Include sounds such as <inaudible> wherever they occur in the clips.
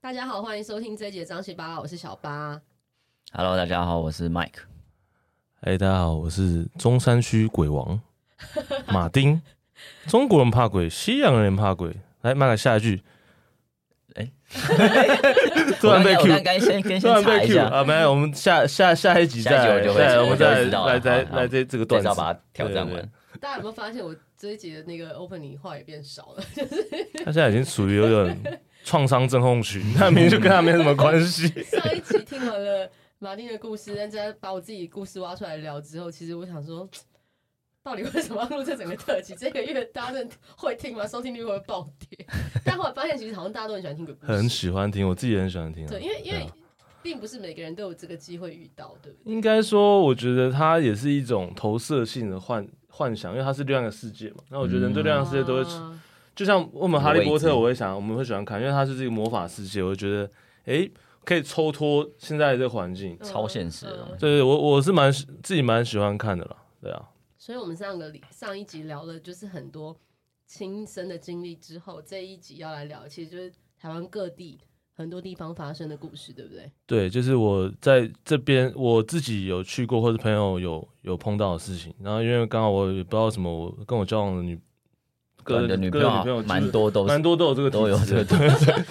大家好，欢迎收听这一节张七八，我是小 <laughs> 八。 Hello，大家好，我是 Mike。哎、大家好，我是中山区 <laughs> 鬼王马丁。中国人怕鬼，西洋人怕鬼。来，麦克下一句。 <laughs> 哎突然被我 Q，刚刚先跟突先然查被一 Q 下，啊！没有，我们下下下一集下一集我再就会来知道我们我就再会知道来了来好好来这这个至段子少，把它挑战对对完对。大家有没有发现我这一集的那个 opening 话也变少 <laughs> 了？。他现在已经属于有点创伤症候群， <laughs> 那明明就跟他没什么关系 <laughs> 上一集听完了马丁的故事，但在把我自己故事挖出来聊之后，其实我想说，到底为什么要录这整个特辑？这个月大家真的会听吗？收听率会不会暴 <laughs> 跌？但后来发现，其实好像大家都很喜欢听鬼故事，很喜欢听，我自己也很喜欢听、啊。对，因为因对为啊并不是每个人都有这个机会遇到，对不对？应该说，我觉得它也是一种投射性的幻幻想，因为它是另外一个世界嘛。那我觉得人对另外一个世界都会啊就像我们《哈利波位特》，置我会想，我们会喜欢看，因为它是这个魔法世界，我就觉得，诶，可以抽脱现在的这个环境。嗯超现实的东西对对，我我是蛮喜自己蛮喜欢看的啦，对啊，所以，我们上个礼上一集聊了就是很多亲身的经历之后，这一集要来聊，其实就是台湾各地很多地方发生的故事，对不对？对，就是我在这边我自己有去过，或者朋友有有碰到的事情。然后因为刚好我也不知道什么，我跟我交往的女我的女朋各个女朋友啊友蛮，多都是就是蛮多都有这个都有体质的这 <laughs>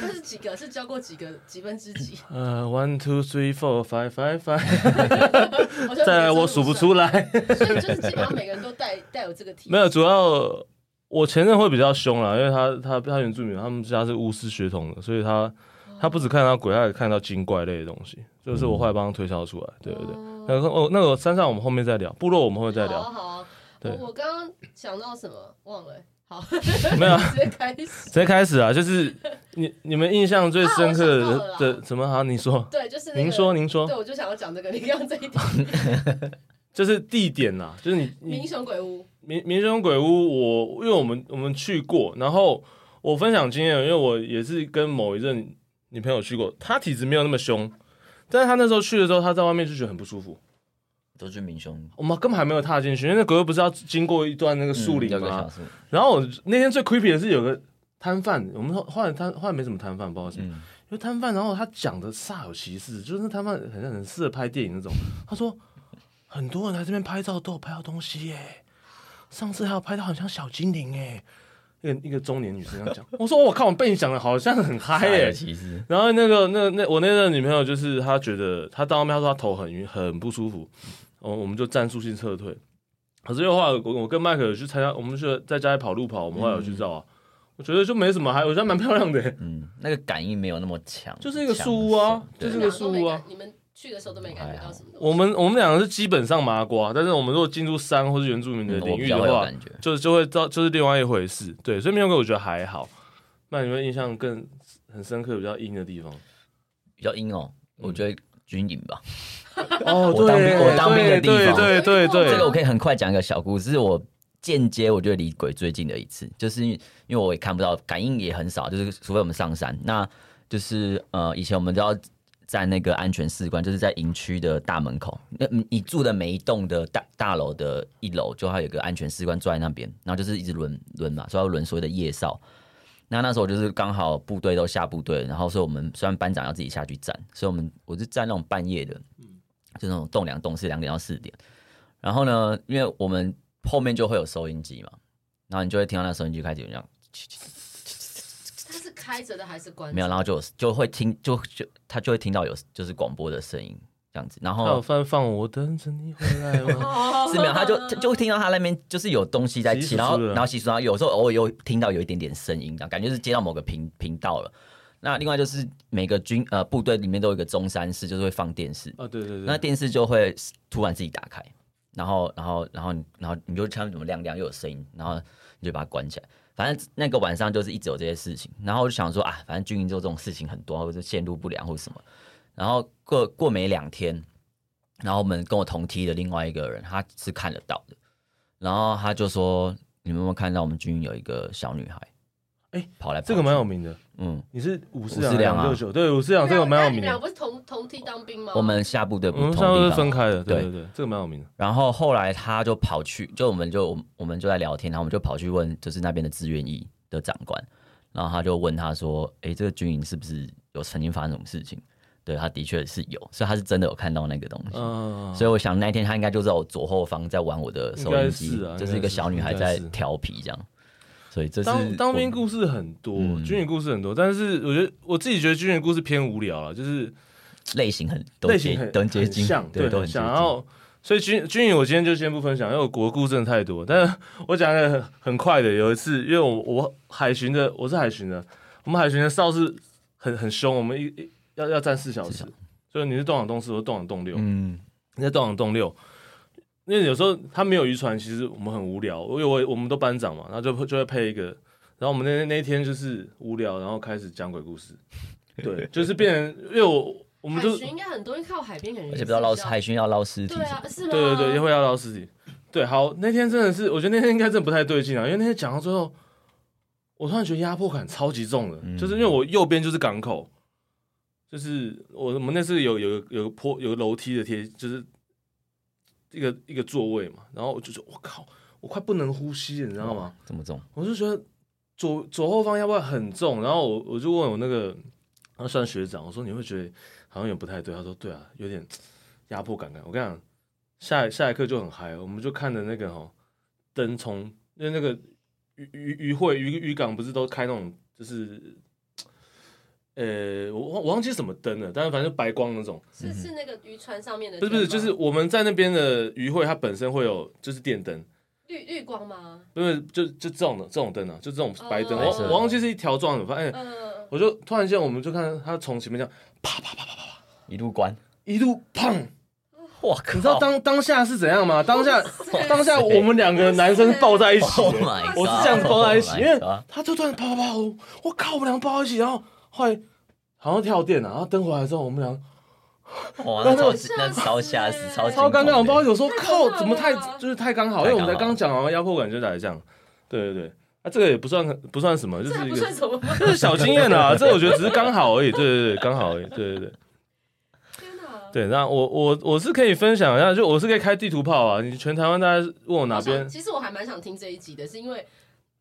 那是几个？是教过几个几分之几？ <laughs> 呃，one two three four five five five， <laughs> 好像再来我数不出来。每个人都有算，所以就是基本上每个人都带带有这个题。没有，主要我前任会比较凶啦，因为他他他原住民，他们家是巫师血统的，所哦以他他不只看到鬼，啊他也看到精怪类的东西，就是我后来帮他推销出来，嗯对对对。对，那个哦，那个山上我们后面再聊，部落我们后面再好 <laughs> 聊啊，好啊。我对我刚刚想到什么忘了，欸好， <laughs> 没有啊。直接开始。直接开始啊，就是你你们印象最深啊我想刻到了啦的的什么？好，你说，对，就是那个您说，。您说对，，我就想要讲这个，你刚刚这一点，就是地点啦，就是你你民雄鬼屋，民民生鬼屋我，因为我们我们去过，然后我分享经验，因为我也是跟某一任女朋友去过，她体质没有那么凶，但是她那时候去的时候，她在外面就觉得很不舒服。都是民雄我们根本还没有踏进去，因为那鬼屋不是要经过一段那个树林嗯六个吗小？时，然后我那天最 creepy 的是有个摊贩，我们后后来摊后来没什么摊贩，不知道为什么。嗯，就摊贩，然后他讲的煞有其事，就是那摊贩很像很适合拍电影那种。他说很多人来这边拍照都有拍到东西耶、上次还有拍到很像小精灵耶、一个一个中年女生这样讲。我说我靠，我被你讲的好像很嗨煞耶、有其事，然后那个那那我那个女朋友就是她觉得她到后面她说她头很晕很不舒服，哦我我们就战术性撤退。可是又后来我我跟麦克有去参加，我们去在家里跑路跑，我们后来有去照啊，我觉得就没什么嗨，我觉得蛮漂亮的耶、嗯，那个感应没有那么强，就是一个树屋啊强就是手个树屋啊你们去的时候都没感觉到什么东西。我们我们两个是基本上麻瓜，但是我们如果进入山或是原住民的对嗯领我比域较的会有话，感觉。就就会到就是另外一回事。对，所以没有给我觉得还好。那你们印象更很深刻、比较硬的地方？比较阴哦，我觉得军营吧。 <laughs> 哦我当兵我当兵的地方对对对对这个对我可以很快讲一个小故事，是我间接我觉得离鬼最近的一次，就是因为我也看不到，感应也很少，就是除非我们上山，那就是呃，以前我们都要。在那个安全士官，就是在营区的大门口。那你你住的每一栋的大大楼的一楼，就还有一个安全士官坐在那边，然后就是一直轮轮嘛，所以要轮所谓的夜哨。那那时候我就是刚好部队都下部队，然后所以我们虽然班长要自己下去站，所以我们我是站那种半夜的，就那种栋梁栋是两点到四点。然后呢，因为我们后面就会有收音机嘛，然后你就会听到那收音机开始有这样，它是开着的还是嗯关着？没有，然后就有就会听就就他就会听到有就是广播的声音这样子，然还有后放放我等着你回来 <laughs> 吗？哦，是没有，他就就就会听到他那边就是有东西在洗起，洗然后漱了然后洗漱，然后有时候偶尔又听到有一点点声音，这样感觉是接到某个频频道了。那另外就是每个军呃部队里面都有一个中山室，就是会放电视，啊，对对那对，电视就会突然自己打开，然后，然后，然后你，然后你就看怎么亮亮又有声音，然后你就把它关起来。反正那个晚上就是一直有这些事情，然后我就想说啊，反正军营做这种事情很多，啊或者线路不良或什么。然后过过没两天，然后我们跟我同梯的另外一个人，他是看得到的，然后他就说：“你们有没有看到我们军营有一个小女孩？哎跑来跑这个蛮去有名的。嗯，你是五四五四两两啊六九，对五四两这个蛮有你们名俩的。不是同同梯当兵吗？我们下部队不我是们同上次地是方分开的，对对对对，这个蛮有名的。然后后来他就跑去，就我们就我们就在聊天，然后我们就跑去问，就是那边的志愿役的长官，然后他就问他说：“诶，这个军营是不是有曾经发生什么事情？”对，他的确是有，所以他是真的有看到那个东西。嗯，所以我想那天他应该就在我左后方在玩我的收音机，应该是啊就是一个小女孩应该在是调皮这样。所以这是当当我兵故事很多，嗯军营故事很多，但是我觉得我自己觉得军营故事偏无聊了，就是类型很都类接型很都接近很像，，对，都很接像。近然。后，所以军军营我今天就先不分享，因为我国故真的太多。但是我讲一个很很快的，有一次，因为我我海巡的我是海巡的，我们海巡的哨是很很凶，我们一一要要站四小四时小，所以你是动两动四，我是动两动六，嗯，你在动两动六。因为有时候他没有渔船，其实我们很无聊。因为我我们都班长嘛，然后就会就会配一个。然后我们那那一天就是无聊，然后开始讲鬼故事。对，就是变成，因为我我们海就巡应该很多人靠海边，感觉而且不知道捞是比较海巡要捞尸体对什啊么，，是吗？对对对，也会要到尸体。对，好，那天真的是，我觉得那天应该真的不太对劲啊，因为那天讲到最后，我突然觉得压迫感超级重的，嗯就是因为我右边就是港口，就是我我们那次有有有个坡有个楼梯的贴，就是一个一个座位嘛，然后我就说，我靠，我快不能呼吸了，你知道吗？这么重，我就觉得左左后方要不要很重，然后我我就问我那个那算学长，我说你会觉得好像有点不太对，他说对啊，有点压迫感感。我跟你讲，下下一刻就很嗨，我们就看着那个哦灯从因为那个渔渔渔会渔渔港不是都开那种就是。呃，我忘我忘记什么灯了，但是反正白光那种，是是那个渔船上面的不灯是吗，不是，就是我们在那边的渔会，它本身会有就是电灯，绿绿光吗？不是，就就这种的这种灯啊，就这种白灯，哦我白色的我忘记是一条状的，反正、嗯，我就突然间我们就看他从前面这样一路关，一路砰，哇靠！你知道当当下是怎 <laughs> 样吗？当下当下我们两个男生抱 <laughs> 在一起 Oh 哦 my 我是这样子抱在一起， God 因为他就突然啪啪啪，我我靠，我们俩抱在一起，然后后来好像跳电了、啊然后灯回来之后，我们俩哇，那超那是那超吓死，超超尴尬，我惊恐的不知道有时候太靠可怕怎么太了吧就是太刚好，太因为刚好我们才刚讲啊完压迫感就来这样，对对对，啊这个也不算不算什么，就这还是一不个算什么 <laughs> 吗？这是小经验啊，这我觉得只是刚好而已，对对对，刚好而已，对对对天哪！对。那我我我是可以分享一下，就我是可以开地图炮啊，你全台湾大家问我哪我想边，嗯其实我还蛮想听这一集的，是因为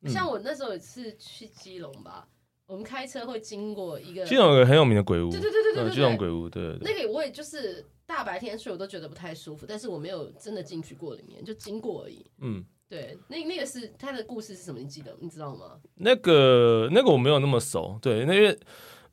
像我那时候有一次去基隆吧，我们开车会经过一个，基隆有个很有名的鬼屋，对对对对对呃对基隆鬼屋，对对对，那个我也就是大白天去，我都觉得不太舒服，但是我没有真的进去过里面，就经过而已。嗯，对，那那个是他的故事是什么？你记得你知道吗？那个那个我没有那么熟，对，那因为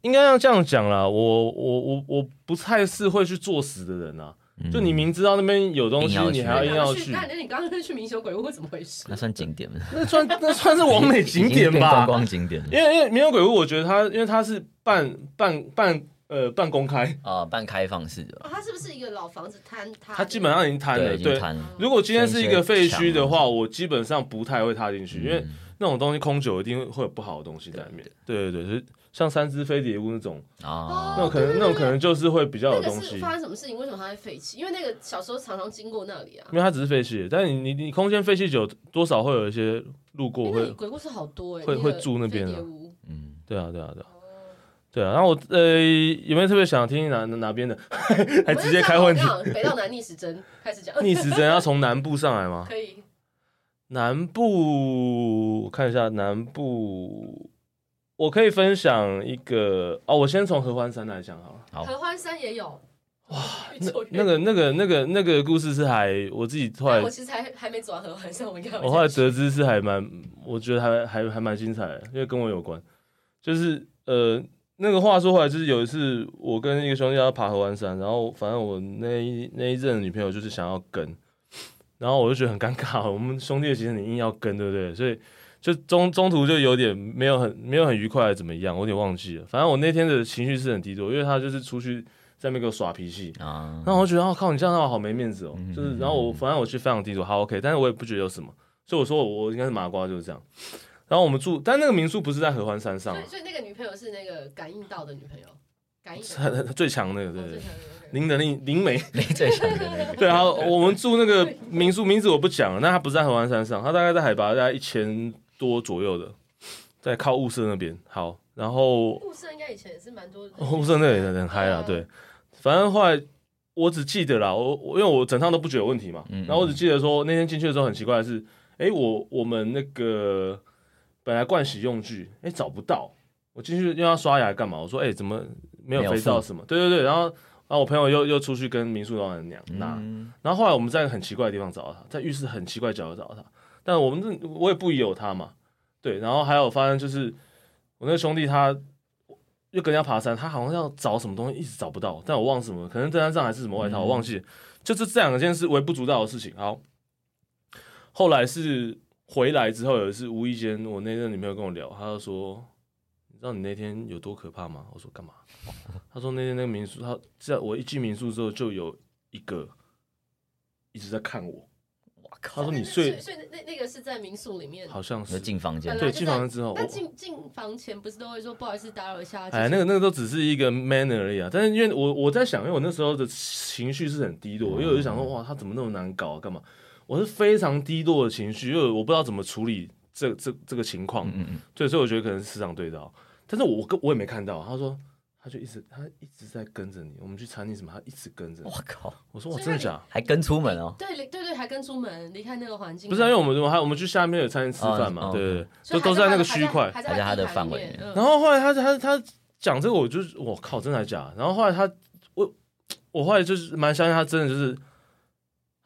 应该要这样讲啦，我我我我不太是会去作死的人啊，就你明知道那边有东西，嗯硬要去你还要硬要去，那那你刚刚去明修鬼屋怎么回事那？算景点 <laughs> 吗？那算那算是完美景点已经变吧观？光景点了因为因为民有鬼屋，我觉得它因为它是半半半呃半公开，啊，半开放式的，哦，它是不是一个老房子摊塌的？它基本上已经瘫了。对，已经对，瘫嗯了。如果今天是一个废墟的像一话，我基本上不太会踏进去，因为嗯那种东西空久一定会有不好的东西在里面。对对对，就是像三只飞碟屋那种，啊哦，那种可对能对那种对可能就是会比较那有个东是西，发生什么事情？为什么它会废弃？因为那个小时候常常经过那里啊因。为它只是废墟，但你你你空间废弃久，多少会有一些路过因会为鬼故事好多哎、会那会个住那飞边碟啊屋嗯，对啊，对啊，对啊，对啊。然后我呃，有没有特别想听哪哪哪边的？ <laughs> 还直接开问题我？们就讲北到南逆时针开始讲，逆时针要从南部上来吗？可以南部，我看一下南部，我可以分享一个哦，我先从合欢山来讲好了。好合欢山也有哇，那那个、那个、那个、那个故事是还我自己后来但我，其实还还没走完合欢山，我应该我后来得知是还蛮，我觉得还还还蛮精彩的，因为跟我有关。就是呃，那个话说回来，就是有一次我跟一个兄弟要爬合欢山，然后反正我那一那一阵的女朋友就是想要跟，然后我就觉得很尴尬，我们兄弟的行程你硬要跟，对不对？所以就中中途就有点没有很没有很愉快，怎么样？我有点忘记了。反正我那天的情绪是很低落，因为他就是出去在那边给我耍脾气，啊，然后我就觉得，哦靠，你这样让我好没面子哦。嗯就是，然后我反正我去非常低俗，好 OK，但是我也不觉得有什么，所以我说我我应该是麻瓜就是这样。然后我们住，但那个民宿不是在合欢山上所啊以，所以那个女朋友是那个感应到的女朋友，感应是很很最强那个，对哦对这对条，女朋友林的林林美，你最强 <laughs> 的那个，对啊，我们住那个民宿名字我不讲了，那它不是在合欢山上，它大概在海拔大概一千多左右的，在靠雾社那边。好，然后故事应该以前也是蛮多的，雾哦社那里很很嗨啊，对，反正后来我只记得啦，我我因为我整趟都不觉得有问题嘛，嗯然后我只记得说那天进去的时候很奇怪的是，哎、我我们那个本来盥洗用具，哎、找不到，我进去又要刷牙干嘛？我说哎、怎么没有没有肥皂付什么？对对对，然后然后我朋友又又出去跟民宿老板娘拿，嗯，然后后来我们在一个很奇怪的地方找到他，在浴室很奇怪的角落找到他，但我们这我也不疑有他嘛，对。然后还有发现就是我那个兄弟他又跟人家爬山，他好像要找什么东西一直找不到，但我忘了什么，可能登山杖还是什么外嗯套，我忘记了。就是这两件事微不足道的事情。好，后来是回来之后有一次无意间，我那任女朋友跟我聊，她就说：“你知道你那天有多可怕吗？”我说：“干嘛？”她说：“那天那个民宿，她在我一进民宿之后就有一个。”一直在看我，我他靠，说你那睡所以那那那个是在民宿里面，好像就是进房间本来对就进在房间之后，但我进进房前不是都会说不好意思打扰一下？哎，那个那个都只是一个 manner 而已啊。但是因为我我在想，因为我那时候的情绪是很低落，因为我就哦想说，哇，他怎么那么难搞、啊，干嘛？我是非常低落的情绪，因为我不知道怎么处理这这这个情况嗯，嗯嗯，对，所以我觉得可能是市场对到，但是我跟我也没看到，他说他就一直他一直在跟着你，我们去餐厅什么，他一直跟着我你。靠，我说我所以真的那假的？还跟出门哦，对对对，还跟出门离开那个环境，不是、啊，因为我们我还我们去下面的餐厅吃饭嘛，哦对对对，所都以都还在那个还区块。还还在他的地毯范围里里面。嗯然后后后来他他他讲这个，我就是我靠，真的还假的？然后后来他我我后来就是蛮相信他，真的就是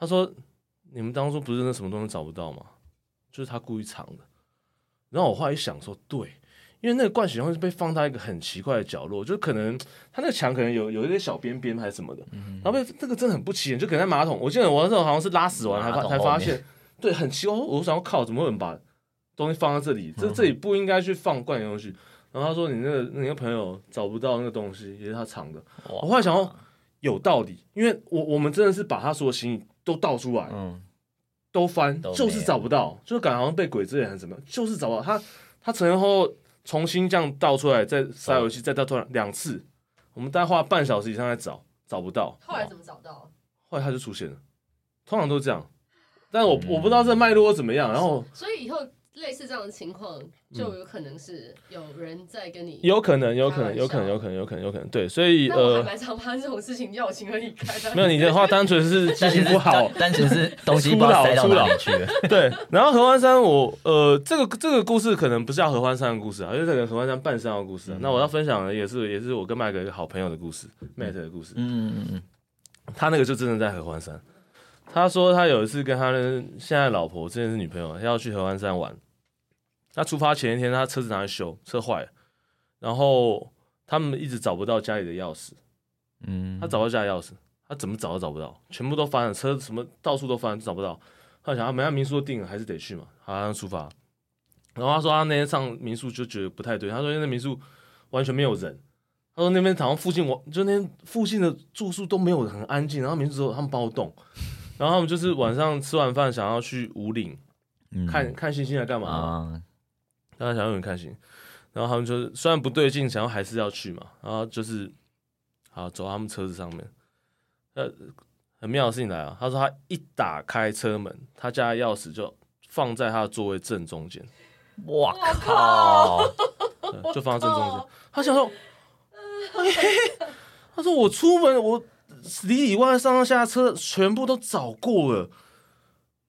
他说你们当初不是那什么东西找不到吗？就是他故意藏的。然后我后来一想说，对，因为那个盥洗箱是被放到一个很奇怪的角落，就可能他那个墙可能有有一些小边边还是什么的，嗯然后被这个真的很不起眼，就可能在马桶。我记得我那时候好像是拉屎完才马发桶才后发面现，对，很奇怪。我想要靠，怎么有人把东西放在这里？嗯这这里不应该去放罐东西。然后他说你那个你那个朋友找不到那个东西，也是他藏的。哇我后来想到啊有道理，因为我我们真的是把他所有行李都倒出来，嗯，都翻，都没有就是找不到，就是感觉好像被鬼追还是怎么样，就是找不到他。他成人后重新这样倒出来，再塞回去，再倒出来两次，我们大概花了半小时以上在找，找不到。后来怎么找到？后来他就出现了，通常都这样。但我嗯我不知道这脉络怎么样，然后所以以后类似这样的情况，就有可能是有人在跟你。嗯有可能，有可开能，玩有可能，笑有可能，有可能，有可能，对，所以但我还呃，蛮常发生这种事情，要我情何以堪啊？没有你的话，单纯是记但性是 <laughs> 不好，但只是东 <laughs> 西不知道塞到哪里去了，对。然后合欢山我，呃，这个这个故事可能不是叫合欢山的故事啊，因为这个合欢山半山的故事啊。那我要分享的也是也是我跟麦克好朋友的故事，Mate 的故事。嗯嗯嗯他那个就真的在合欢山。他说他有一次跟他的现在的老婆，之前是女朋友，要去合欢山玩。他出发前一天，他车子拿来修，车坏了，然后他们一直找不到家里的钥匙。嗯，他找到家的钥匙，他怎么找都找不到，全部都翻了，车什么到处都翻，找不到。他想，啊，门下民宿都定了，还是得去嘛，好像出发。然后他说他那天上民宿就觉得不太对，他说因为那民宿完全没有人，他说那边好像附近我就那天附近的住宿都没有很安静，然后民宿只有他们包栋，然后他们就是晚上吃完饭想要去五岭嗯看看星星来干嘛嘛，啊，大家想要很开心。然后他们就是虽然不对劲，想要还是要去嘛。然后就是，好走到他们车子上面，呃，很妙的事情来了。他说他一打开车门，他家的钥匙就放在他的座位正中间，哇靠靠，对就放在正中间靠。他想说， <laughs> 他说我出门我里里外外上上下车全部都找过了，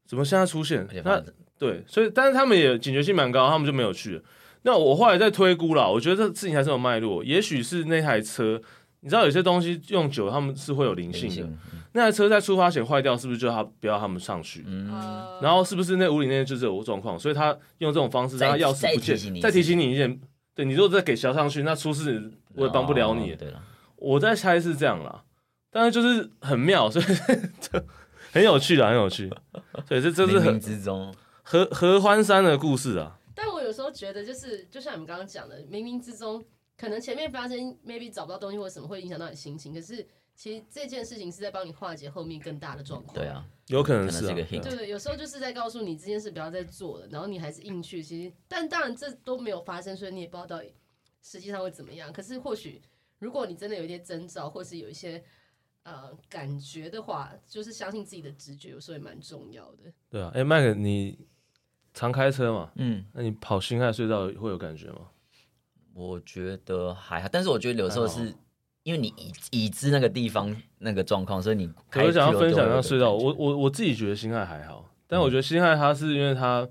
怎么现在出现而且？那放对，所以但是他们也警觉性蛮高，他们就没有去了。那我后来在推估啦，我觉得这事情还是有脉络，也许是那台车，你知道有些东西用久了他们是会有灵性的。那台车在出发前坏掉，是不是就他不要他们上去？嗯，呃然后是不是那五里那天就是有状况，所以他用这种方式再让他钥匙不再提醒你一见，次再提醒你一件，对你如果再给小上去，那出事我也帮不了你。哦对了，我在猜是这样啦，但是就是很妙， <laughs> 所以就很有趣啦，很有趣。对，这这是冥冥很之中，合合欢山的故事啊。但我有时候觉得，就是就像你们刚刚讲的，冥冥之中，可能前面发生 maybe 找不到东西或者什么，会影响到你心情。可是其实这件事情是在帮你化解后面更大的状况。对，啊，有可能可能是、啊、是一个对 hint 对对，有时候就是在告诉你这件事不要再做了，然后你还是硬去。其实，但当然这都没有发生，所以你也不知道到底实际上会怎么样。可是或许，如果你真的有一些征兆，或是有一些呃感觉的话，就是相信自己的直觉，有时候也蛮重要的。对啊，哎、麦克，你常开车嘛？嗯，那你跑新海隧道会有感觉吗？我觉得还好，但是我觉得有时候还是因为你已已知那个地方那个状况，所以你开我想要分享一下去隧了就道，会有我我我自己觉得新海还好，嗯但我觉得新海它是因为它，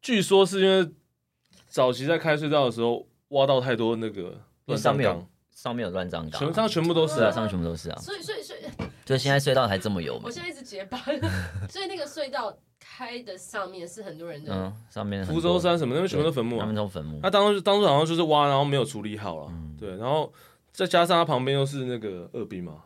据说是因为早期在开隧道的时候，挖到太多那个因为乱上葬面岗有，上面有乱葬岗全啊，上全部都是是啊，上面全部都是啊，所以所以所以，就现在隧道才这么有我名，现在一直结巴， <laughs> 所以那个隧道开的上面是很多人的，嗯，上面很福州多山什么那边全部都坟墓他啊们。都坟墓那，当时当初好像就是挖，然后没有处理好了，嗯对，然后再加上它旁边又是那个二兵嘛，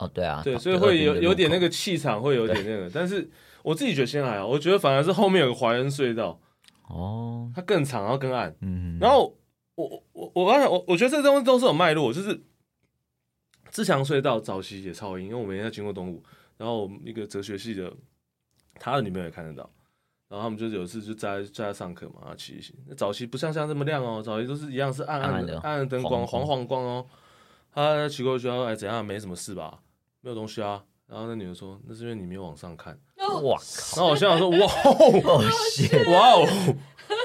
哦，对 <laughs> 啊，对，旁所以有二会丁有的有路点那口个气场，会有点那个。但是我自己觉得先还好，我觉得反而是后面有个华人隧道，哦，它更长，然后更暗。嗯，然后我我我我刚才我我觉得这个东西都是有脉络，就是自强隧道早期也超阴，因为我每天要经过东武，然后我们一个哲学系的他的女朋友也看得到，然后他们就有一次就在在上课嘛，然后骑一骑。那早期不像现在这么亮哦，早期都是一样是暗暗的暗暗的暗暗的灯光，黄黄黄光哦。他骑过去，他说：“哎，怎样？没什么事吧？没有东西啊。”然后那女的说：“那是因为你没有往 <laughs> 上看。哦，哇”靠，然后我心想说：“哇哦，哦 shit，哇哦！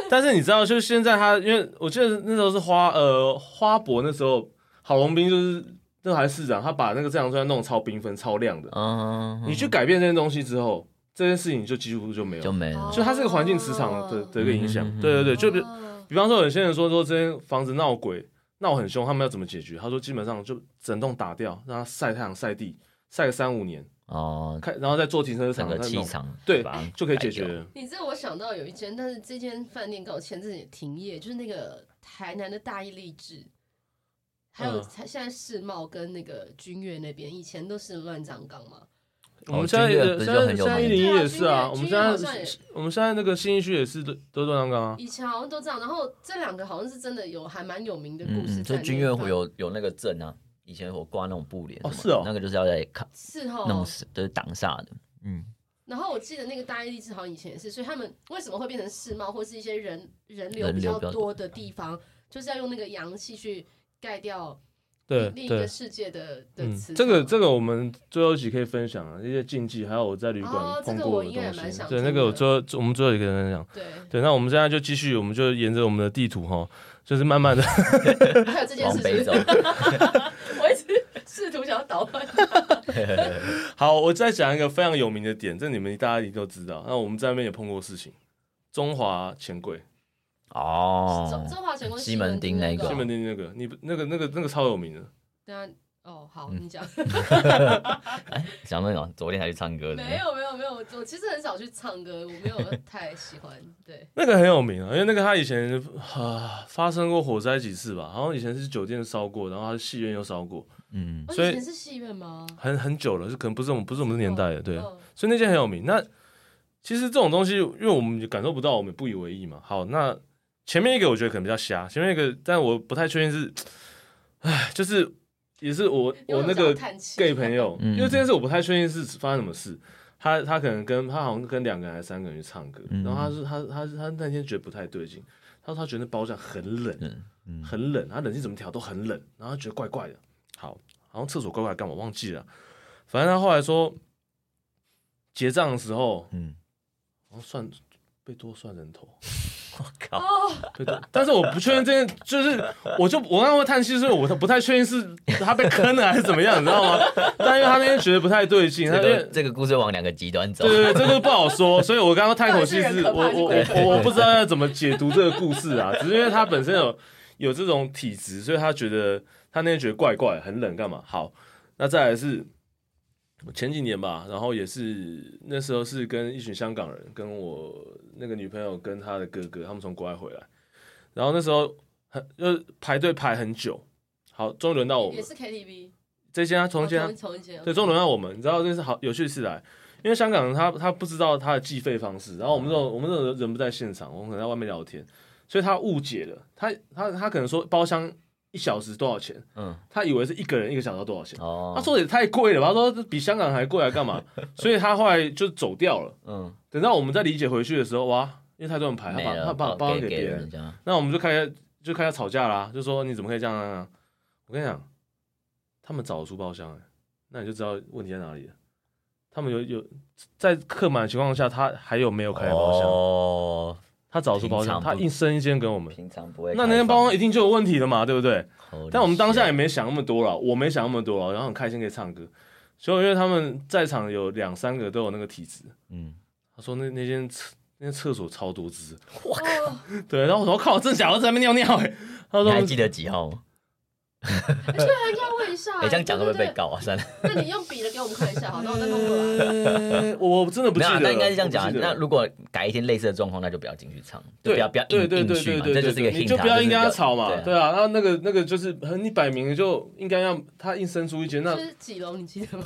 但是你知道，就是现在他，因为我记得那时候是花呃花博那时候，郝龙斌就是那时候还是市长，他把那个这样出来弄得超缤纷、超亮的。嗯，你去改变这些东西之后，这件事情就几乎就没有就了，没了，就它是个环境磁场的的一个影响嗯嗯嗯。嗯对对对，就比哦比方说有些人说说这间房子闹鬼、闹很凶，他们要怎么解决？他说基本上就整栋打掉，让它晒太阳、晒地，晒个三五年，哦，开然后再做停车整场，个再气弄，场对把它就可以改解决掉了。你这我想到有一间，但是这间饭店刚好前阵子也停业，就是那个台南的大义励志，还有嗯它现在世贸跟那个君悦那边，以前都是乱葬岗嘛。我们现在君悦也哦不现是在很有现在一名零一对啊也是啊，我君们悦现君悦好在像也是我们现在那个新一区也是都都乱刚啊，以前好像都这样，然后这两个好像是真的有还蛮有名的嗯故事嗯，就在那一块。君悦湖有有那个阵啊，以前我挂那种布帘什哦么的，是哦那个就是要在看是哦，弄死，就是挡煞的，嗯，然后我记得那个大义励志好像以前也是，所以他们为什么会变成世贸或是一些人人流人流比较比较多的地方，就是要用那个阳气去盖掉对另一个对，世界的的嗯磁，场。这个这个我们最后一集可以分享啊，一些禁忌，还有我在旅哦馆这碰个过我的应该也东蛮西想，对，听那个我的最后我们最后一个人分享，对，对，那我们现在就继续，我们就沿着我们的地图哈，就是慢慢的，还有这件往事北情走，，我一直试图想要捣乱。 <laughs> 好，我再讲一个非常有名的点，这你们大家一定都知道，那我们在那边也碰过事情，中华钱柜中哦，中华成功西门町啊那个西门町那个，你不那个那个那个超有名的，对啊，哦，好，嗯你讲。想问哦，昨天还去唱歌呢，没有没有没有，我其实很少去唱歌，我没 <laughs> 有太喜欢。对，那个很有名啊，因为那个他以前啊发生过火灾几次吧，好像以前是酒店烧过，然后他戏院又烧过，嗯，我所以哦以前是戏院吗？很很久了，是可能不是我们不是我们的年代的，对，啊嗯所以那件很有名。那其实这种东西，因为我们也感受不到，我们也不以为意嘛。好，那前面一个我觉得可能比较瞎，前面一个，但我不太确定是，唉，就是也是我因为我我那想要个叹气 gay 朋友，嗯因为这件事我不太确定是发生什么事。他他可能跟他好像跟两个人还是三个人去唱歌，嗯然后他是他他他那天觉得不太对劲，他说他觉得那包厢很冷，嗯嗯，很冷，他冷气怎么调都很冷，然后他觉得怪怪的。好，好像厕所怪怪干嘛忘记了，反正他后来说结账的时候，嗯，然后哦算被多算人头，哦，被多，但是我不确定这件，就是我就我刚刚会叹气，是因为我不太确定是他被坑了还是怎么样，你知道吗？但因为他那天觉得不太对劲，他这因为个这个故事往两个极端走对，对对，这个不 <laughs> 好说，所以我刚刚叹口气到底是是人可怕我还是我鬼我我不知道要怎么解读这个故事啊，只是因为他本身有有这种体质，所以他觉得他那天觉得怪怪，很冷，干嘛？好，那再来是前几年吧，然后也是那时候是跟一群香港人，跟我那个女朋友跟她的哥哥，他们从国外回来，然后那时候很就是排队排很久，好，终于轮到 <laughs> 我也们是 KTV，这间啊，从间啊哦同一间，对，终于轮到我们，你知道这是好有趣的事来，因为香港人他他不知道他的计费方式，然后我们这种嗯我们这种人人不在现场，我们可能在外面聊天，所以他误解了，他他他可能说包厢一小时多少钱，嗯，他以为是一个人一个小时要多少钱，哦，他，说也太贵了吧，他说这比香港还贵啊，<laughs> 干嘛？所以他后来就走掉了。嗯，等到我们再理解回去的时候，哇，因为太多人排，他没把他了，把包包厢给别人人，家，那我们就开始就开始吵架啦、就说你怎么可以这样、啊？我跟你讲，他们找得出包厢、欸，那你就知道问题在哪里了。他们有有在客满的情况下，他还有没有开包厢？哦，他找得出包平厢，常不他硬生一间给我们。平常不会，那那间包厢一定就有问题了嘛，对不对？厢但我们当下也没想那么多了，我没想那么多了，然后很开心可以唱歌。所以因为他们在场有两三个都有那个体质，嗯，他说那那间厕那间厕所超多只，哦，对，然后我说靠，真假的我在那边尿尿哎、他你说啊还记得几号吗？大家问一下，哎，这样讲会不会被对？告啊？算了，对对那你用笔的给我们看一下， <laughs> 好，那我再弄过来。 <laughs> 呃我真的不没记有啊得，，那应该是这样讲啊我。不记得那如果改一天类似的状况，那就不要进去唱，就对，不要不要对硬对硬对去对嘛，对这对，就是一个你 hint，就不要硬跟他吵嘛，对对啊。啊，那那个那个就是呃你摆明了就应该让他硬生出一拳，那这是几楼？你记得吗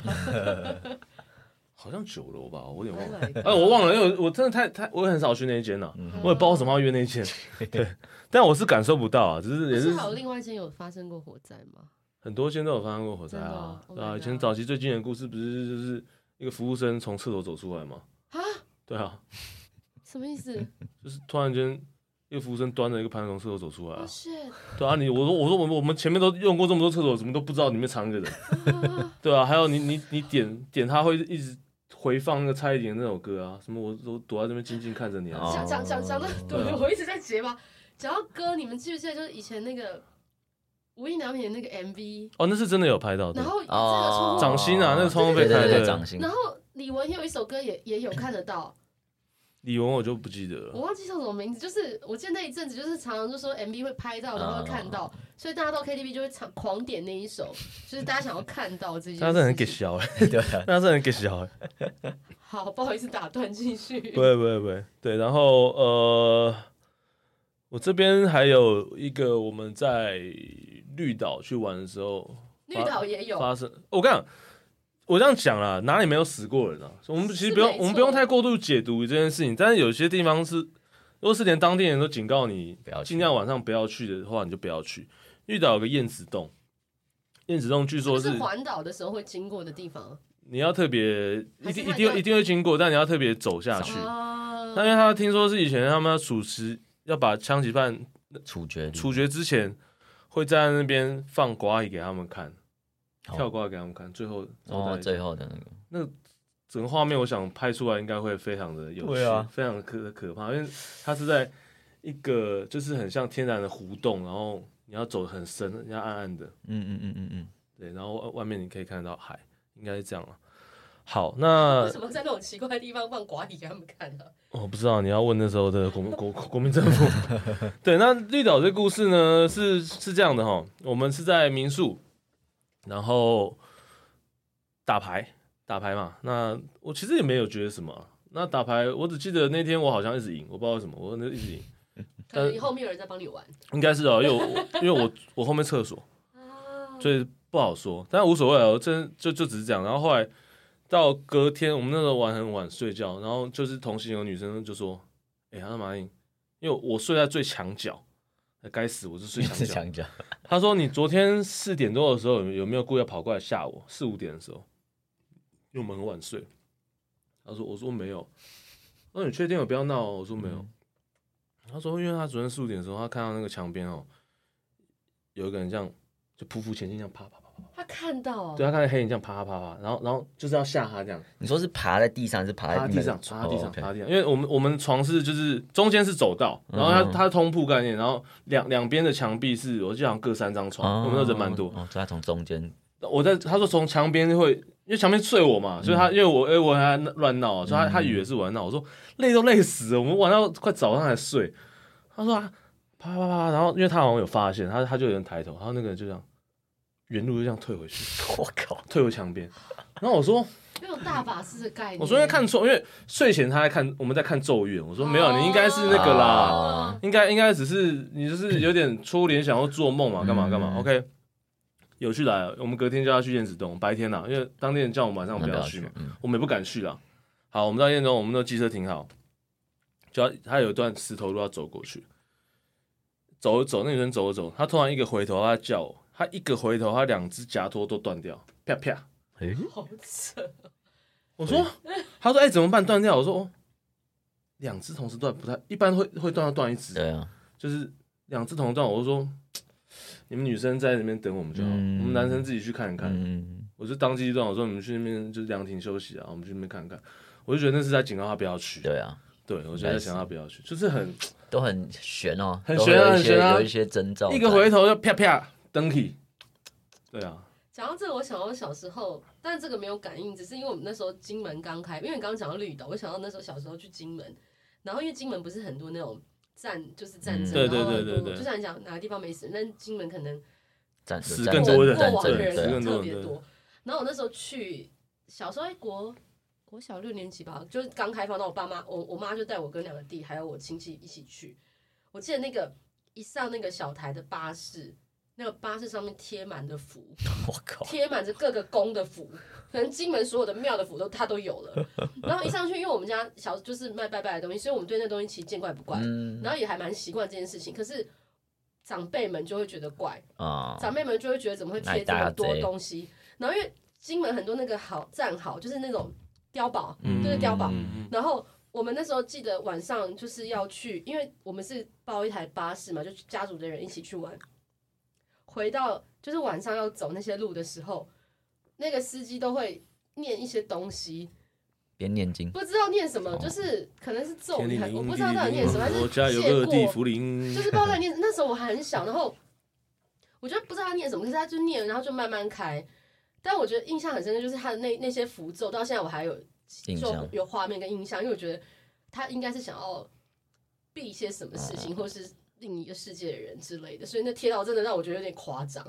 好像九楼吧， <laughs> 我有 <laughs> ？Oh 点忘了， my god 哎，我忘了，因为我我真的太太我也很少去那一间了，啊嗯我也不知道为什么要约那一间， <laughs> 对，但我是感受不到啊，只是也至是少另外一间有发生过火灾 <laughs> 吗？很多间都有发生过火灾啊，真的哦对 Oh my 啊，以 god 前早期最经典的故事不是就是一个服务生从厕所走出来吗？啊，对啊，什么意思就是突然间。一个服务生端着一个盘子从厕所走出来？Oh 啊！ shit！对啊，你我说我说我们我们前面都用过这么多厕所，怎么都不知道里面藏一个人？ <laughs> 啊对啊，还有你你你点点他会一直回放那个蔡依林的那首歌啊，什么我我躲在这边静静看着你啊哦，讲讲讲讲到，对对啊我一直在结巴。讲到歌，你们记不记得就是以前那个无印良品的那个 MV，哦，那是真的有拍到的然，后这个哦冲，掌心啊那个窗户被对对对开对的掌心然。后李玟也有一首歌也也有看得到，李玟我就不记得我了，忘记叫什么名字，就是我记得那一阵子就是常常就说 MV 会拍到，然后会看到，所以大家到 KTV 就会常狂点那一首，就是大家想要看到这件事情。他真的很给笑哎，对啊，他真的很给笑 <laughs> 哎，好，不好意思打断，继续。不会不会不会，对，然后呃，我这边还有一个我们在绿岛去玩的时候绿岛也有，发生，我跟你讲。我这样讲啦，哪里没有死过人啊？我们其实不用是没，错我们不用太过度解读这件事情。但是有些地方是，如果是连当地人都警告你不要去尽量晚上不要去的话，你就不要去。绿岛有个燕子洞，燕子洞据就说是是环岛的时候会经过的地方。你要特别一还是定它一定就一定会经过，但你要特别走下去。啊那因为他听说是以前他们属实要把枪击犯处决处决之前，会在那边放瓜给他们看，跳哦瓜给他们看，最后哦，招待最后的那个整个画面，我想拍出来应该会非常的有趣，对啊非常的可可怕，因为它是在一个就是很像天然的湖洞，然后你要走得很深，人家暗暗的，嗯嗯嗯嗯嗯，对，然后外面你可以看得到海，应该是这样了。好，那为什么在那种奇怪的地方放寡语给他啊们看呢、 <laughs> 我、哦不知道你要问那时候的国民国 <laughs> 国民政府。 <laughs> 对，那绿岛这故事呢是是这样的哈，我们是在民宿，然后打牌打牌嘛。那我其实也没有觉得什么啊、那打牌我只记得那天我好像一直赢，我不知道为什么我那一直赢，可能你后面有人在帮你玩应该是哦、因为我因为我我后面厕所，啊所以不好说，但无所谓啊，我真就就只是这样。然后后来到隔天，我们那时候玩很晚睡觉，然后就是同行有女生就说：“哎、她他马英，因为我睡在最墙角，该死，我是 <laughs> 睡墙是角。墙角，”她说：“你昨天四点多的时候有有没有故意要跑过来吓我？四五点的时候，因为我们很晚睡。”她说：“我说没有。”那你确定我不要闹、哦？我说没有。嗯他说，因为他昨天四五点的时候，他看到那个墙边哦，有一个人这样就匍匐前进，这样啪啪啪啪他看到对他啊看见黑影这样啪啪啪啪，然后然后就是要吓他这样，你说是爬在地上，还是爬趴在在地上，你们趴在地上，哦，OK 趴在地上，因为我们我们床是就是中间是走道，然后它嗯它通铺概念，然后两两边的墙壁是我记得好像各三张床，我们那人蛮多。哦，所以他从中间我在他说从墙边会，因为墙边睡我嘛，嗯所以他因为我哎我还乱闹，所以他他以为是我在闹，我说累都累死了，我们玩到快早上才睡。他说啊，啪啪啪啪，然后因为他好像有发现，他他就有人抬头，然后那个人就这样原路就这样退回去，我靠，退回墙边。然后我说。那种大法师的概念。我昨天看错，因为睡前他在看，我们在看《咒怨》，我说哦没有，你应该是那个啦，哦应该应该只是你就是有点初联想要做梦嘛，干嘛嗯干嘛，OK。有趣来了，我们隔天叫他去燕子洞，白天啦，因为当地人叫我们晚上那不不要要去嘛去，，嗯，我们也不敢去啦。好，我们到燕子洞，我们的机车停好，就要他有一段石头路要走过去，走一走，那女生走一走，她突然一个回头，她叫我，她一个回头，她两只夹拖都断掉，啪啪，诶好扯，我说，他说，哎、怎么办？断掉？我说，哦，两只同时断不太，一般会会断到断一只，对啊，就是两只同时断。我就说，你们女生在那边等我们就好，嗯我们男生自己去看一看。嗯，我就当机立断，我说你们去那边就是凉亭休息啊，我们去那边看看。我就觉得那是在警告他不要去，对啊，对我就在想他不要去，就是很都很悬哦，很都悬有啊一很些悬啊有一些征兆在，一个回头就啪啪登起，对啊，讲到这个，我想到我小时候，但这个没有感应，只是因为我们那时候金门刚开，因为你刚刚讲到绿岛，我想到那时候小时候去金门，然后因为金门不是很多那种战就是战争，嗯对对然后对对如果对就像你讲哪个地方没死，但金门可能战死战更争多人过战往争啊的对死人更多特别人对多。然后我那时候去，小时候在国国小六年级吧，就是刚开放，那我爸妈，我我妈就带我跟两个弟还有我亲戚一起去。我记得那个一上那个小台的巴士，那个巴士上面贴满了符，我靠，贴满着各个宫的符， <laughs> 可能金门所有的庙的符都它都有了。 <laughs> 然后一上去，因为我们家小就是卖拜拜的东西，所以我们对那东西其实见怪不怪，嗯然后也还蛮习惯这件事情。可是长辈们就会觉得怪，啊，长辈们就会觉得怎么会贴这么多东西？然后因为金门很多那个好战壕，就是那种碉堡，嗯就是碉堡。嗯嗯然后我们那时候记得晚上就是要去，因为我们是包一台巴士嘛，就家族的人一起去玩。回到就是晚上要走那些路的时候，那个司机都会念一些东西，边念经，不知道念什么，哦就是可能是咒天语，灵还灵，我不知道到底念什么，还我是家有谢个过地福林，就是不知道在念。那时候我很小，然后我就不知道他念什么，可是他就念，然后就慢慢开。但我觉得印象很深的就是他的那那些符咒，到现在我还有印就象有画面跟印象，因为我觉得他应该是想要避一些什么事嗯情，或是另一个世界的人之类的，所以那贴到真的让我觉得有点夸张。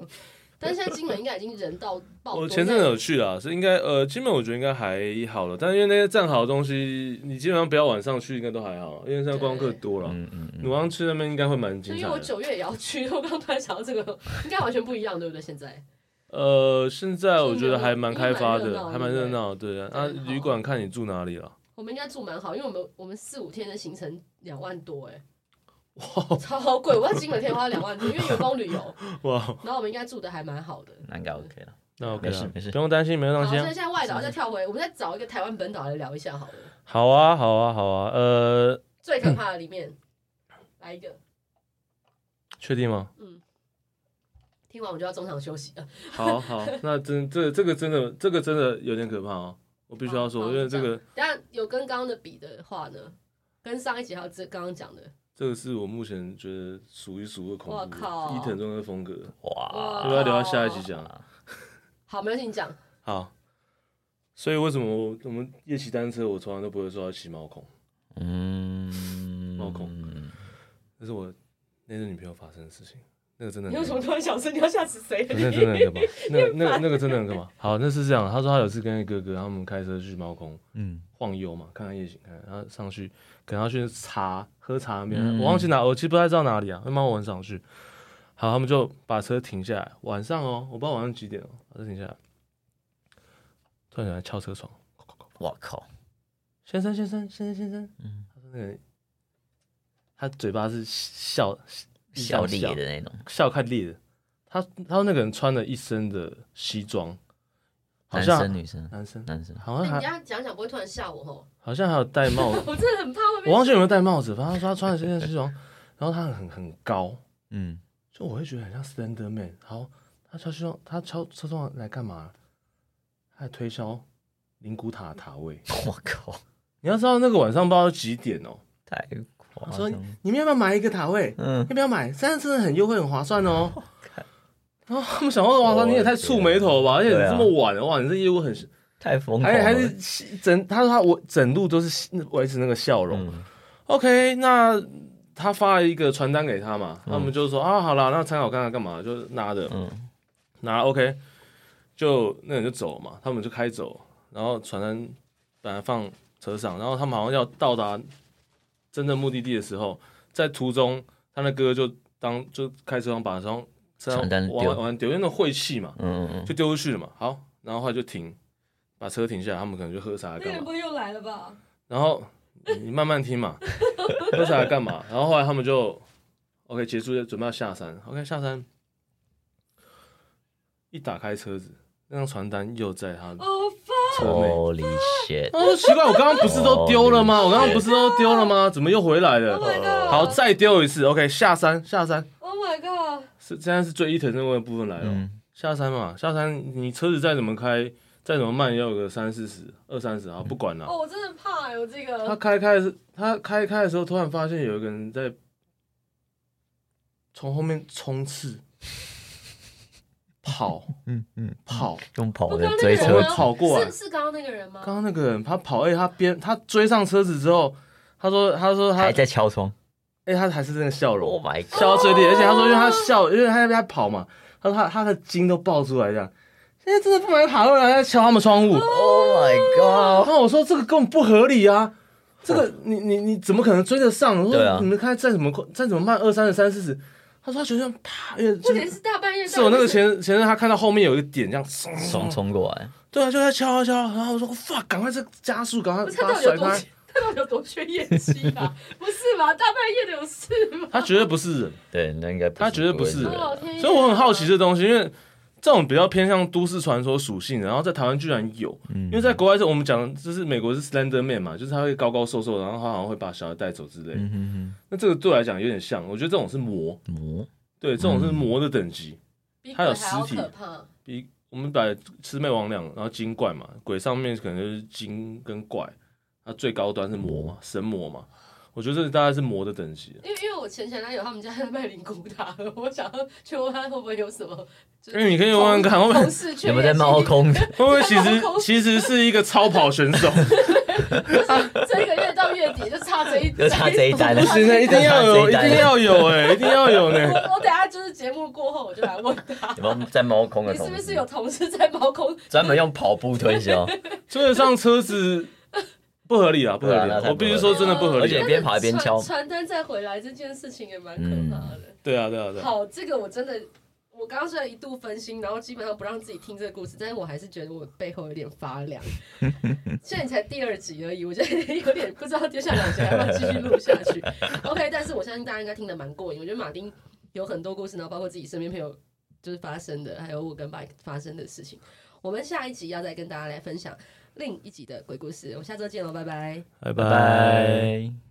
但是现在金门应该已经人到爆多，我前阵子有去啦，是应该呃，金门我觉得应该还好了，但因为那些战壕的东西，你基本上不要晚上去，应该都还好，因为现在观光客多了。嗯嗯鲁昂去那边应该会蛮就精因彩为我的。九月也要去，我刚刚突然想到这个，应该完全不一样，对不对？现在呃，现在我觉得还蛮开发金门的，还还蛮蛮热热闹。对啊，啊对，好旅馆看你住哪 <laughs> 里了。我们应该住蛮好，因为我们我们四五天的行程两万多、欸，哎， <laughs> 超贵！我在金门可以花两万多，因为员工旅游，哇，然后我们应该住的还蛮好的。那应该 OK 了。那 OK 没事了没事不用担心，没有好，担心现啊在。现在外岛再跳回，我们再找一个台湾本岛来聊一下好了。好啊，好啊，好啊。呃，最可怕的里面，来一个，确定 <laughs> 吗？听完我就要中场休息了。好好，那真这这个真的这个真的有点可怕哦，我必须要好说，好因为这这个等一下有跟刚刚的比的话呢，跟上一集还有这刚刚讲的，这个是我目前觉得数一数二恐哇怖的靠伊藤忠的风格。哇，啊要不要留到下一集讲？好，没关系，你讲。好，所以为什么我我们夜骑单车，我从来都不会说要骑毛孔，嗯，毛孔那是我那任女朋友发生的事情，那个真的你很为什么突然小声？你要吓死谁了？那个真的很可怕，那个那个那个真的很可怕。好，那是这样，他说他有次跟哥哥他们开车去毛孔嗯，晃悠嘛，看看夜景，看看，然后上去可能要去茶喝茶那边，嗯我忘记哪，我其实不太知道哪里啊，慢慢我很少去。好，他们就把车停下来，晚上哦，我不知道晚上几点哦，把车停下来，突然有人敲车窗，我靠，先生，先生，先生，先生，嗯他说那个人，他嘴巴是笑小裂笑的那种，笑看裂的，他他说那个人穿了一身的西装，好男像生女生男生，男生，好哎 <laughs> 你等像一还下讲讲，不会突然吓我吼。好像还有戴 <laughs> 帽子，我真的很怕会被我忘记有没有戴帽子，反正他说他穿了这件西装，然后他很很高，嗯，就我会觉得很像 Slender Man。好，他敲西装，他敲车窗来干嘛？他来推销灵骨塔的塔位。我靠，你要知道那个晚上不知道几点哦，太夸他说张你了，你们要不要买一个塔位？嗯，要不要买？这样真的很优惠，很划算 <laughs> 哦。看然后他们想说，哇，你也太触眉头吧，而且对你啊这么晚了，哇，你这业务很，太疯狂还了，还是整，他说他我整路都是维持那个笑容。嗯 OK，那他发了一个传单给他嘛，他们就说啊，好啦，那参考看看干嘛，就拿着嗯，拿 OK，就那人就走了嘛，他们就开走，然后传单本来放车上，然后他们好像要到达真正目的地的时候，在途中他那哥就当就开车上把车上传单往丢往往丢，因为那种晦气嘛，嗯嗯就丢出去了嘛。好，然后后来就停，把车停下来，他们可能就喝茶干嘛。会又来了吧？然后你慢慢听嘛， <laughs> 喝茶干嘛？然后后来他们就 OK 结束，准备要下山。OK 下山，一打开车子，那张传单又在他的哦，车嗯内。 ，Holy shit，我说奇怪，我刚刚不是都丢了吗？我刚刚不是都丢了吗？怎么又回来了 Oh my god 好，再丢一次。OK 下山，下山 Oh my god！是现在是最伊藤正的部分来了。嗯，下山嘛，下山你车子再怎么开，再怎么慢，也有个三四十、二三十啊，不管了。哦，我真的怕有这他个。开开的时候，他开开的时候，突然发现有一个人在从后面冲刺，跑，嗯嗯，跑。用跑我的刚刚那个追人车吗会跑过来是是刚刚那个人吗？刚刚那个人他跑，哎、他边他追上车子之后，他说他说他还在敲窗，哎，他还是那个笑容 Oh my god！笑到最厉害，而且他说，因为他笑，因为他在他跑嘛，他说他他的筋都爆出来这样。现在真的不买爬过来，要敲他们窗户。 Oh my 然 god！后我说这个根本不合理啊，这个你你你怎么可能追得上？我对啊说你们看再怎么快再怎么慢，二三十三四十。他说他觉得这样啪，因为就重点是是大半夜，是我那个前前任，他看到后面有一个点这样冲冲冲过来，对啊，就在敲啊敲啊，然后我说 fuck，赶快再加速，赶快不是他把到他底有甩多开。他到底有多缺业绩啊？不是吧？大半夜的有事吗？他绝对不是人，对，那应该不是他绝对不会是这人样哦天啊所以我很好奇这东西，因为这种比较偏向都市传说属性的，然后在台湾居然有，因为在国外是我们讲就是美国是 Slender Man 嘛，就是他会高高瘦瘦，然后他好像会把小孩带走之类的。嗯哼那这个对我来讲有点像，我觉得这种是魔，哼，魔对，这嗯种是魔的等级。比他有鬼尸还要体可怕。比我们把魑魅魍魉，然后精怪嘛，鬼上面可能就是精跟怪，那最高端是魔嗯嘛，神魔嘛。我觉得这大概是魔的等级。因为因为我前前男友他们家在卖灵骨塔， <laughs> 我想要去问他会不会有什么，就因是哎为你可以问问看，会不会同事缺有没有在猫 <laughs> 空的？会不会其实其实是一个超跑 <laughs> 选手？这个月到月底就差这 <laughs> 一，就差这一单了不行啊，一定要有，一定要有哎、一定要有呢、我我等下就是节目过后我就来问他，有没有在猫空的你同是事？不是有同事在猫空？专门用跑步推销？追得上车子不合理啊，不合理、对啊那啊太不合理。了我必须说真的不合而理、且啊。边跑还边敲嗯那个传传单再回来这件事情也蛮可怕的。对啊，对啊，对啊。好，这个我真的，我刚刚虽然一度分心，然后基本上不让自己听这个故事，但是我还是觉得我背后有点发凉。现在才第二集而已，我觉得有点不知道接下来两集还要不要继续录下去。OK，但是我相信大家应该听得蛮过瘾。我觉得马丁有很多故事，然后包括自己身边朋友就是发生的，还有我跟 Mike 发生的事情。我们下一集要再 <laughs> 跟大家来分享另一集的鬼故事。我们下周见喽，拜拜。拜拜。拜。